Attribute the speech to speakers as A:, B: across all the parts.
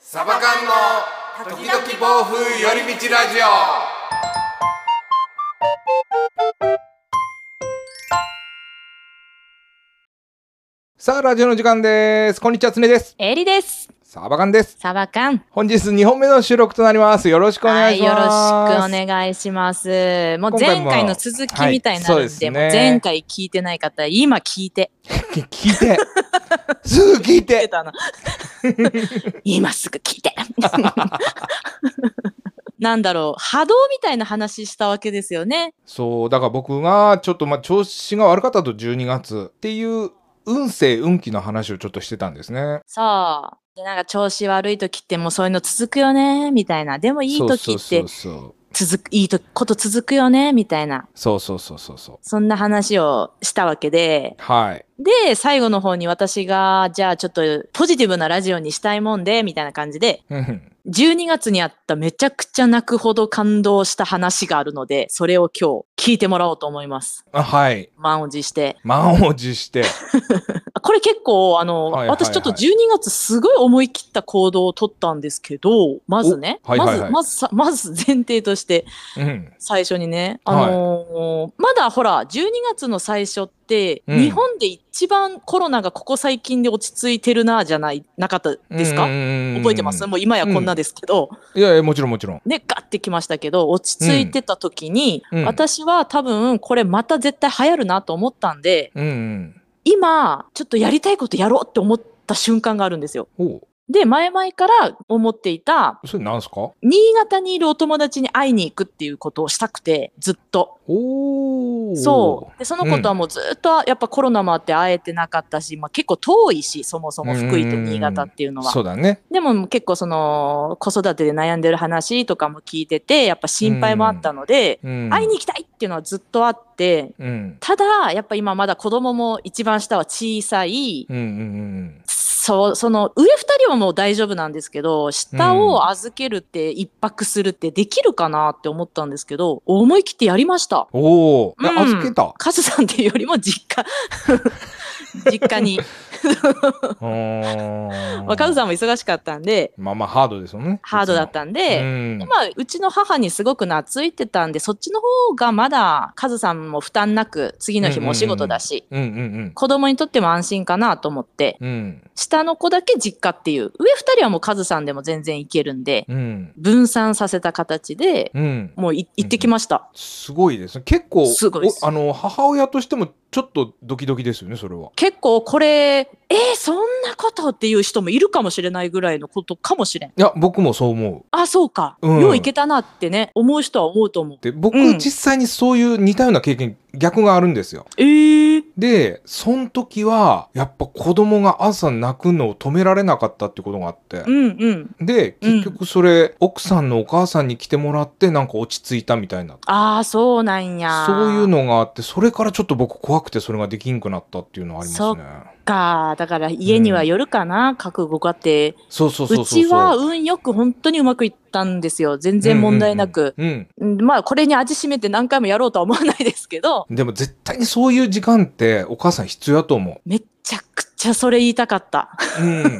A: サバ缶の時々暴風寄り道ラジオ
B: さあ、ラジオの時間です。こんにちは、つねです。
C: エリです。
B: サーバカンです。
C: サバカン。
B: 本日2本目の収録となります。よろしくお願いし
C: よ
B: ま
C: ろし
B: す。
C: くお願いします。もう
B: 今回
C: 前
B: も
C: 回の続きみたいになる
B: はいそ
C: んで、
B: うですね
C: もう前回聞いてない方、今聞いて。
B: き聞い て。すぐ聞い
C: 聞いて
B: て。
C: たな今すぐ聞いて。 なんだろう、波動みたいな話したわけですよね。
B: そう、だから僕がちょっと、まあ、調子が悪かったと12月っていう運勢、運気の話をちょっとしてたんですね。
C: そう。でなんか調子悪い時ってもうそういうの続くよねみたいなでもいい時っ
B: そ
C: て
B: うそう
C: 続くいいとこと続くよねみたいな
B: そうそう。そうそうそうそうそう。
C: そんな話をしたわけで
B: はい。
C: で、最後の方に私が、じゃあちょっとポジティブなラジオにしたいもんで、みたいな感じで、
B: うんうん
C: 12月にあっためちゃくちゃ泣くほど感動した話があるので、それを今日聞いてもらおうと思います。
B: あはい。
C: 満を持して。
B: 満を持して。
C: あこれ結構、あの、
B: はいはいはい
C: 私ちょっと12月すごい思い切った行動を取ったんですけど、まずね、
B: おはいはいはい
C: まず、まずさ、まず前提として、
B: うん。
C: 最初にね、あのーまだほら12月の最初って、
B: うん
C: 日本で一番コロナがここ最近で落ち着いてるなじゃないなかったですか、覚
B: 覚
C: えてますもう今やこんなですけど、
B: いやいや、もちろんもちろん。
C: ねガッてきましたけど落ち着いてた時に、
B: うん
C: 私は多分これまた絶対流行るなと思ったんで
B: うんうん。
C: 今ちょっとやりたいことやろうって思った瞬間があるんですよ。
B: おう
C: で前々から思っていた
B: それなんすか
C: 新潟にいるお友達に会いに行くっていうことをしたくてずっと。
B: おお。
C: そうでそのことはもうずっとやっぱコロナもあって会えてなかったし、まあ、結構遠いしそもそも福井と新潟っていうのは
B: そうだね。
C: でも結構その子育てで悩んでる話とかも聞いててやっぱ心配もあったので、
B: うん
C: 会いに行きたいっていうのはずっとあって
B: うん。
C: ただやっぱ今まだ子供も一番下は小さい、
B: うんうん
C: そうその上2人はもう大丈夫なんですけど下を預けるって一泊するってできるかなって思ったんですけど思い切ってやりました。
B: うん。おお。
C: うん
B: 預 けた。
C: カズさんっていうよりも実 家実家に、まあ、カズ
B: ん。
C: さんも忙しかったんで
B: まあまあハードですよね。
C: ハードだったん
B: で。う
C: で、
B: ん
C: う。まあうちの母にすごく懐いてたんでそっちの方がまだカズさんも負担なく次の日もお仕事だし、
B: うんうん
C: 子供にとっても安心かなと思って
B: うん。うん。
C: 下の子だけ実家っていう上2人はもうカズさんでも全然行けるんで
B: うん。
C: 分散させた形で
B: うん。
C: もうい行ってきました、
B: すごいですね。結構、
C: すごいです
B: おあの、母親としてもちょっとドキドキですよね、それは。
C: 結構これえー、そんなことっていう人もいるかもしれないぐらいのことかもしれん
B: いや、僕もそう思う。
C: あ、そうか。
B: うん
C: よういけたなってね、思う人は思うと思う。
B: で、僕、
C: うん
B: 実際にそういう似たような経験、逆があるんですよ。
C: えー、
B: で、その時は、やっぱ子供が朝泣くのを止められなかったってことがあって
C: う。んうん。
B: で、結局それ、奥さんのお母さんに来てもらって、なんか落ち着いたみたいな。
C: ああ、そうなんや。
B: そういうのがあって、それからちょっと僕怖くてそれができんくなったっていうのはあります
C: そ
B: ね。
C: か。だから家にはよるかな、各ご家庭。
B: そうそうそうそううそう。
C: ちは運よく本当にうまくいったんですよ。全然問題なく。
B: うんうんうん。
C: うんまあ、これに味しめて何回もやろうとは思わないですけど、
B: うんでも絶対にそういう時間ってお母さん必要やと思
C: めっちゃくちゃそれ言いたかった。
B: う。うん。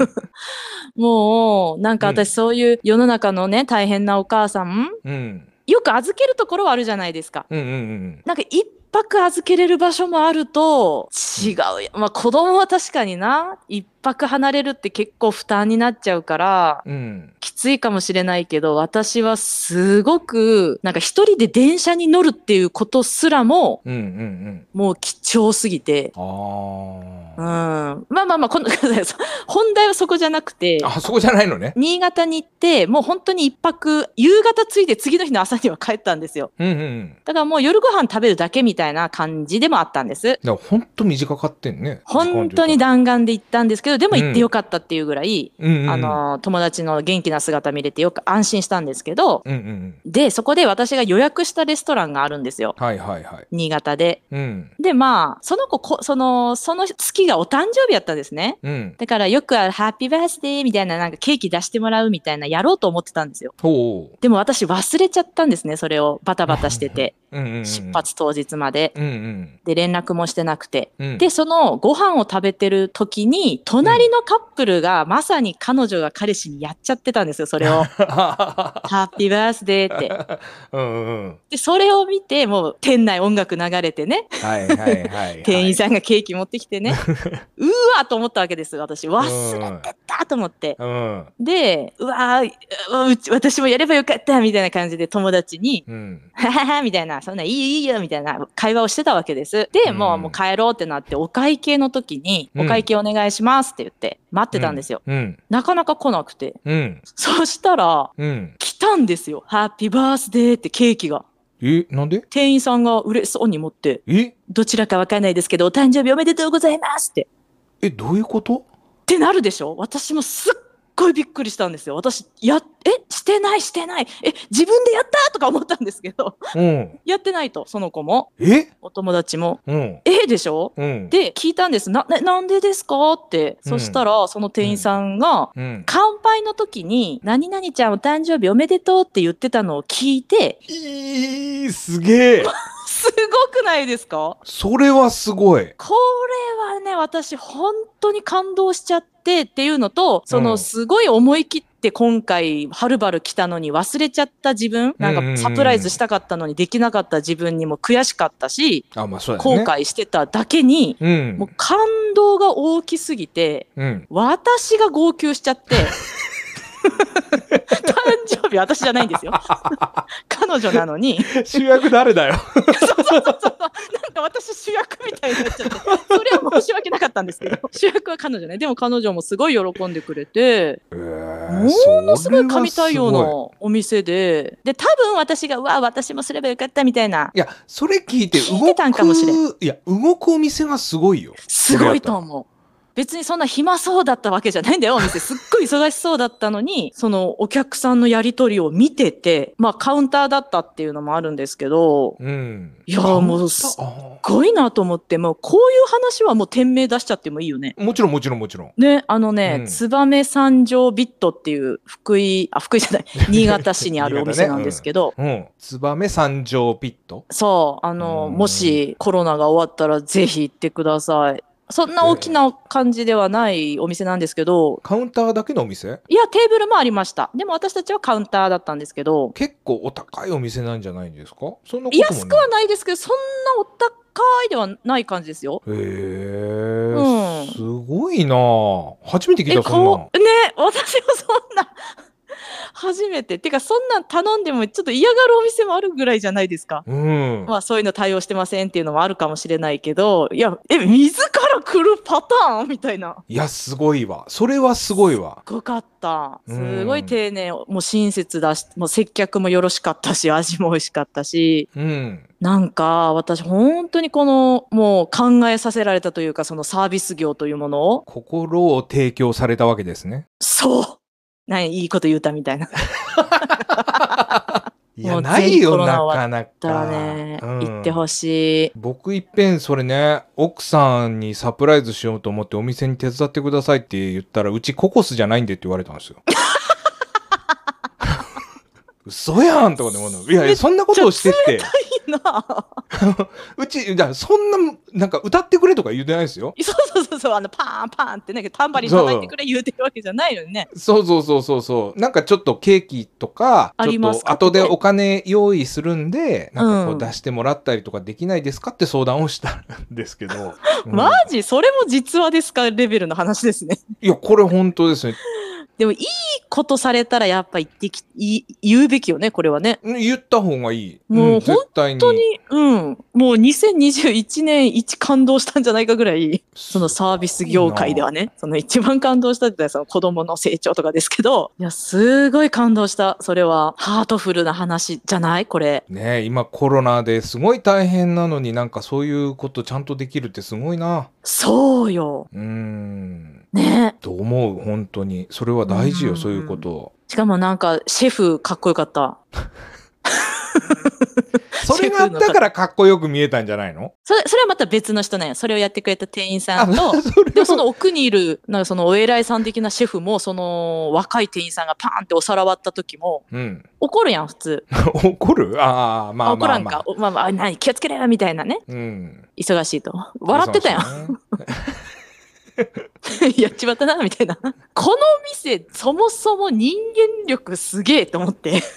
C: もう、なんか
B: うん
C: 私そういう世の中のね、大変なお母さん、
B: うん。
C: よく預けるところはあるじゃないですか。
B: うんうんうん
C: なんか一泊預けれる場所もあると違うよ。まあ子供は確かにな、一泊離れるって結構負担になっちゃうから、
B: うん。うん。
C: きついかもしれないけど、私はすごく、なんか一人で電車に乗るっていうことすらも、
B: うんうんうん。
C: もう貴重すぎて。うん。
B: ああ。
C: まあまあまあ、この、 本題はそこじゃなくて、
B: あ、そこじゃないのね。
C: 新潟に行って、もう本当に一泊、夕方着いて次の日の朝には帰ったんですよ。
B: うんうんうん。
C: だからもう夜ご飯食べるだけみたいな感じでもあったんです。
B: だからほんと短かってんね。
C: 本当に
B: だ。
C: 弾丸で行ったんですけどでも行ってよかったっていうぐらい、
B: うんうんうん。
C: あの友達の元気な姿見れてよく安心したんですけど
B: うんうんうん。
C: でそこで私が予約したレストランがあるんですよ
B: はいはいはい。
C: 新潟で。
B: うん。
C: でまあその子こそのその月がお誕生日やったんですね。
B: うん。
C: だからよくあるハッピーバースデーみたいななんかケーキ出してもらうみたいなやろうと思ってたんですよ。
B: ほう。
C: でも私忘れちゃったんですねそれをバタバタしてて。
B: うんうんうん
C: 出発当日まで。
B: うんうん
C: で、連絡もしてなくて。
B: うん
C: で、そのご飯を食べてる時に、隣のカップルがまさに彼女が彼氏にやっちゃってたんですよ、そ れを。ハッピーバースデーって。
B: うんうん
C: で、それを見て、もう店内音楽流れてね、
B: はいはいはいはい
C: 店員さんがケーキ持ってきてね、 うーわーと思ったわけです、私。忘れ
B: れ
C: たと思って。
B: うん
C: で、うわーううち、私もやればよかったみたいな感じで友達に、
B: うん
C: はははみたいな、そんないいよいいよみたいな会話をしてたわけです。で、もう
B: うん
C: もう帰ろうってなって、お会計の時に、
B: うん
C: お会計お願いしますって言って、待ってたんですよ。
B: うん
C: なかなか来なくて。
B: うん
C: そしたら、
B: うん
C: 来たんですよ。ハッピーバースデーってケーキが。
B: えなんで
C: 店員さんが嬉しそうに持って、
B: え
C: どちらかわかんないですけど、お誕生日おめでとうございますって。
B: えどういうこと
C: ってなるでしょ私もすっごいびっくりしたんですよ。私、や、え、してないしてない。え、自分でやったとか思ったんですけど、
B: うん
C: やってないと、その子も、
B: え
C: お友達も。
B: うん
C: えでしょ
B: うん
C: で、聞いたんです。な、ななんでですかって。
B: うん
C: そしたら、その店員さんが、
B: うん
C: 乾杯の時に、何々ちゃんお誕生日おめでとうって言ってたのを聞いて、
B: いいすげえ
C: すごくないですか
B: それはすごい
C: これはね、私、本当に感動しちゃってっていうのと、そうの、
B: ん
C: すごい思い切って今回、はるばる来たのに忘れちゃった自分、な
B: うんうんうん
C: んかサプライズしたかったのにできなかった自分にも悔しかったし、
B: あまあそうだ
C: 後
B: ね
C: 悔してただけに、
B: うん
C: もう感動が大きすぎて、
B: うん
C: 私が号泣しちゃって、誕生日私じゃないんですよ。彼女なのに。
B: 主役誰だよ
C: なんか私主役みたいになっちゃって、それは申し訳なかったんですけど、主役は彼女ね。でも彼女もすごい喜んでくれて、
B: も
C: ものすごい神対応のお店で、で、多分私が、うわ、私もすればよかったみたいな、
B: いや、それ聞いて動く。
C: 聞いてたんかもしれ
B: いや、動くお店がすごいよ。
C: すごいと思う。別にそんな暇そうだったわけじゃないんだよ、お 店。すっごい忙しそうだったのに、そのお客さんのやりとりを見てて、まあカウンターだったっていうのもあるんですけど、
B: うん。
C: いやーもうす
B: あ
C: すごいなと思って、もうこういう話はもう店名出しちゃってもいいよね。
B: もちろん、もちろん、もちろん。
C: ね、あのね
B: う、ん
C: 燕三条ビットっていう福井、あ、福井じゃ ない、新潟市にある
B: 新
C: お
B: 潟ね
C: 店なんですけど、
B: うん。燕三条ピット。
C: そう、あの、
B: うん
C: もしコロナが終わったらぜひ行ってください。そんな大きな感じではないお店なんですけど、
B: カウンターだけのお店
C: いや、テーブルもありました。でも私たちはカウンターだったんですけど、
B: 結構お高いお店なんじゃないんですかそんなこともない。
C: 安くはないですけど、そんなお高いではない感じですよ。
B: へえ、
C: うん
B: すごいなあ初めて聞い
C: え、
B: た、そんな
C: こ
B: ん。
C: う、ね、私もそんな、初めて。てか、そんなん頼んでもちょっと嫌がるお店もあるぐらいじゃないですか。
B: うん。
C: まあそういうの対応してませんっていうのもあるかもしれないけど、いや、え、自ら来るパターンみたいな。
B: いや、すごいわ。それはすごいわ。
C: すごかった。
B: うん
C: すごい丁寧、もう親切だし、もう接客もよろしかったし、味も美味しかったし、
B: うん。
C: なんか私本当にこの、もう考えさせられたというか、そのサービス業というものを、
B: 心を提供されたわけですね。
C: そう何いいこと言うたみたいな。
B: い
C: も
B: や、
C: う
B: ない
C: ぜひコ
B: よ、
C: ロナ
B: な
C: 終
B: かなか。
C: だからね、
B: うん
C: 行ってほしい。
B: 僕いっぺんそれね奥さんにサプライズしようと思ってお店に手伝ってくださいって言ったらうちココスじゃないんでって言われたんですよ嘘やんとかで思うのいやいやそんなことをしてって
C: いいなあ
B: うちだからそんななんか歌ってくれとか言ってないですよ
C: そうそうそうそう、あの、パーンパーンってね、タンバリン叩いてくれ言うてるわけじゃないのにね。
B: そうそうそうそうそうなんかちょっとケーキとか
C: あ
B: ち
C: り
B: ょ
C: ま
B: っ
C: す
B: と
C: か
B: 後でお金用意するんでなんかこ
C: う
B: うん出してもらったりとかできないですかって相談をしたんですけ ど、うん
C: マジそれも実話ですかレベルの話ですね。
B: いやこれ本当ですね
C: でも、いいことされたらやっぱ言ってき、い言うべきよね、これはね。
B: うん言った方がいい。
C: もうん
B: 絶対に
C: 本当に、うん。もう2021年一感動したんじゃないかぐらい、そのサービス業界ではね、その一番感動したって言ったらその子供の成長とかですけど、いや、すごい感動した。それは、ハートフルな話じゃないこれ。
B: ねえ今コロナですごい大変なのになんかそういうことちゃんとできるってすごいな。
C: そうよ。
B: うーん。
C: ね。
B: と思う本当にそれは大事
C: う
B: よ
C: ん
B: そういうことを。
C: しかもなんか、シェフかっこよかった。
B: それがあったからかっこよく見えたんじゃないの
C: それ、それはまた別の人なんや。それをやってくれた店員さんと、
B: それ
C: でもその奥にいる、なんかそのお偉いさん的なシェフも、その若い店員さんがパーンってお皿割った時も、
B: うん、
C: 怒るやん、普通。
B: 怒るああま
C: あ
B: あ
C: 怒
B: ま
C: ら
B: あ
C: ん
B: ま
C: か
B: あ。
C: おまあまあ、何、気をつけれよみたいなね。
B: うん、
C: 忙しいと。笑ってたやん。
B: そうそうね
C: やっちまったな、みたいな。 この店、そもそも人間力すげえと思って。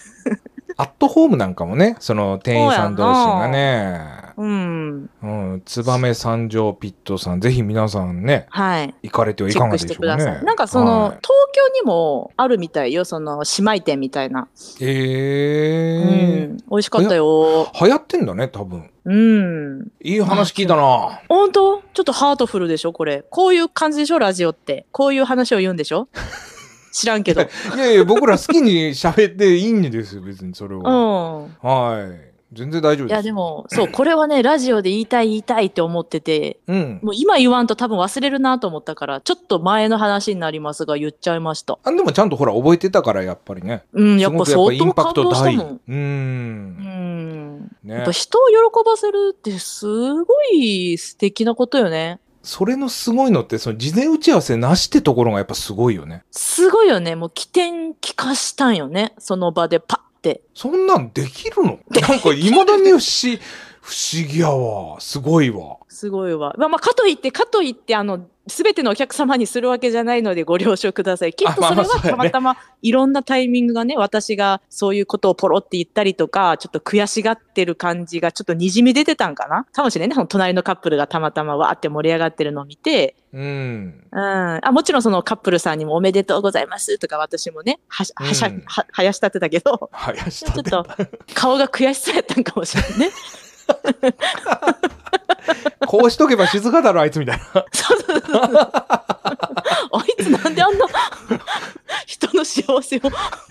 B: アットホームなんかもねその店員さん同士がね
C: うん。
B: うん、燕三条ピットさんぜひ皆さんね
C: はい。
B: 行かれてはい
C: チ
B: か
C: ェッ
B: がで
C: クし
B: してょう
C: くだ
B: か
C: さい。
B: ね
C: なんかその、
B: はい
C: 東京にもあるみたいよ、その姉妹店みたいな。
B: え
C: う
B: ー
C: ん。美味しかったよ。
B: 流行ってんだね多分
C: うん。
B: いい話聞いた な
C: 本当ちょっとハートフルでしょこれ。こういう感じでしょラジオって。こういう話を言うんで しょ知らんけど。
B: いやいや僕ら好きに喋っていいんですよ別にそれは、
C: う
B: はい全然大丈夫で
C: ん。い
B: す
C: やでも、そう、これはね、ラジオで言いたい言いたいって思ってて、
B: うん
C: もう今言わんと多分忘れるなと思ったから、ちょっと前の話になりますが言っちゃいました。
B: あでもちゃんとほら覚えてたからやっぱりね
C: うん、やっぱ
B: すご
C: 相
B: くやっぱインパク
C: 当感
B: ト
C: 動した
B: 大
C: もん。
B: う
C: うんん。や
B: ね
C: っぱ人を喜ばせるってすごい素敵なことよね。
B: それのすごいのってその事前打ち合わせなしってところがやっぱすごいよね
C: すごいよね。もう起点聞かしたんよね。その場でパッて。
B: そんなんできるのなんかいまだに不思不思議やわすごいわ
C: すごいわ。まあ、まあ、かといって、かといって、あの、すべてのお客様にするわけじゃないのでご了承ください。きっと
B: あまあま
C: それは
B: あそう
C: た
B: やね
C: またまいろんなタイミングがね、私がそういうことをポロって言ったりとか、ちょっと悔しがってる感じがちょっとにじみ出てたんかなかもしれんね。その隣のカップルがたまたまわーって盛り上がってるのを見て、
B: うん
C: うん。あ、もちろんそのカップルさんにもおめでとうございますとか私もね、はし、はしゃ、
B: うん
C: は、はやしたってたけど、
B: 林
C: ち
B: 立
C: ょってと顔が悔しそうやったんかもしれんね。
B: こうしとけば静かだろあいつみたいな
C: そうそうそうそうあいつなんであんな人の幸せを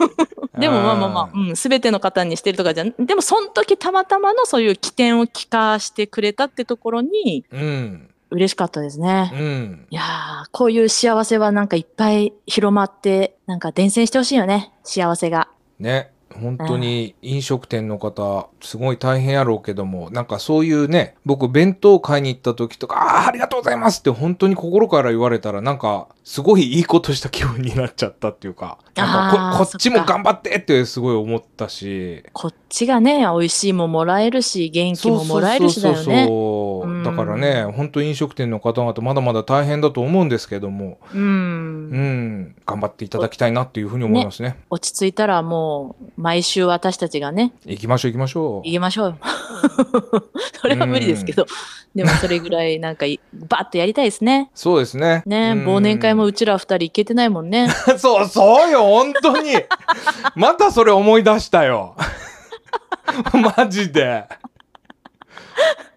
C: でもまあまあまあ、うん、全ての方にしてるとかじゃんでもその時たまたまのそういう起点を聞かしてくれたってところに
B: うん
C: 嬉しかったですね。
B: うん
C: いやーこういう幸せはなんかいっぱい広まってなんか伝染してほしいよね幸せが。
B: ね本当に飲食店の方すごい大変やろうけどもなんかそういうね僕弁当買いに行った時とか「あーありがとうございます」って本当に心から言われたらなんかすごいいいことした気分になっちゃったっていうかなん
C: あ
B: か
C: ー
B: ここっち
C: そ
B: も
C: っか
B: 頑張ってってすごい思ったし
C: こっちがね美味しいももらえるし元気ももらえるしだよね。
B: そうそうそうそう
C: うん
B: だからね本当飲食店の方々まだまだ大変だと思うんですけども
C: う、
B: うんん頑張っていただきたいなっていうふうに思いますね
C: 落ち着いたらもう毎週私たちがね
B: 行きましょう行きましょう
C: 行きましょうよ。 それは無理ですけど、でもそれぐらいなんかい、バッとやりたいですね。
B: そうですね
C: ね
B: うん
C: 忘年会もうちら二人行けてないもんね。
B: そう、そうよ、本当に。 またそれ思い出したよ。 マジで。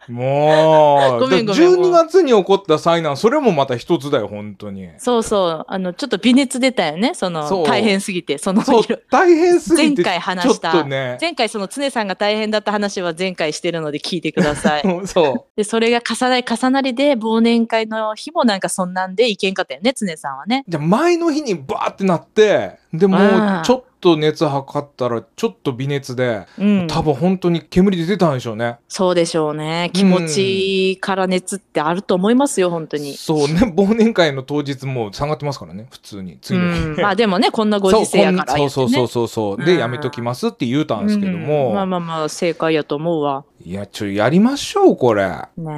B: もう、
C: ごめんご
B: だ
C: めん
B: から12月に起こった災難、それもまた一つだよ、本当に。
C: そうそう、あの、ちょっと微熱出たよね。その、
B: そう
C: 大変すぎて、 その、
B: そう
C: いろ、
B: 大変すぎ
C: 前
B: て、
C: 回
B: ちょ
C: 話
B: っ
C: した
B: とね。
C: 前回その常さんが大変だった話は前回してるので聞いてくださ い。
B: うんそ
C: で、それが重なり重なりで忘年会の日もなんかそんなんでいけんかったよね、常さんはね。
B: う。じゃあ前の日にバーってなって、でも
C: あー、
B: ちょっと熱測ったら、ちょっと微熱で、
C: うん。
B: 多分本当に煙出てたんでしょうね。
C: そうでしょうね。気持ちから熱ってあると思いますよ、本当に。
B: そうね、 忘年会の当日もう下がってますからね、普通に。次の日。
C: うん、まあでもね、こんなご時世やから、
B: そうそ
C: ね。
B: うそうそうそうそうで
C: うん
B: やめときますって言うたんですけども、
C: うんまあまあまあ、正解やと思うわ。
B: いやちょやりましょうこれあ
C: ねえ。も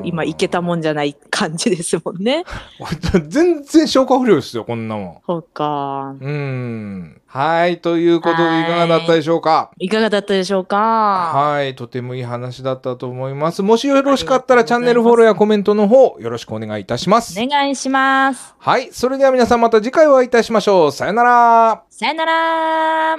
B: ー
C: う今、いけたもんじゃない感じですもんね。
B: 全然消化不良ですよこんなも
C: そうか。
B: んうんはいということ
C: は
B: で
C: い
B: いかがだったでしょうか
C: いかがだったでしょうか
B: はいとてもいい話だったと思いますもしよろしかった
C: あ
B: ら
C: り
B: チ
C: が
B: ャ
C: とう
B: ンネ
C: ございます
B: ルフォローやコメントの方よろしくお願いいたします、
C: お願いします。
B: はいそれでは皆さんまた次回お会いいたしましょうさよなら
C: さよなら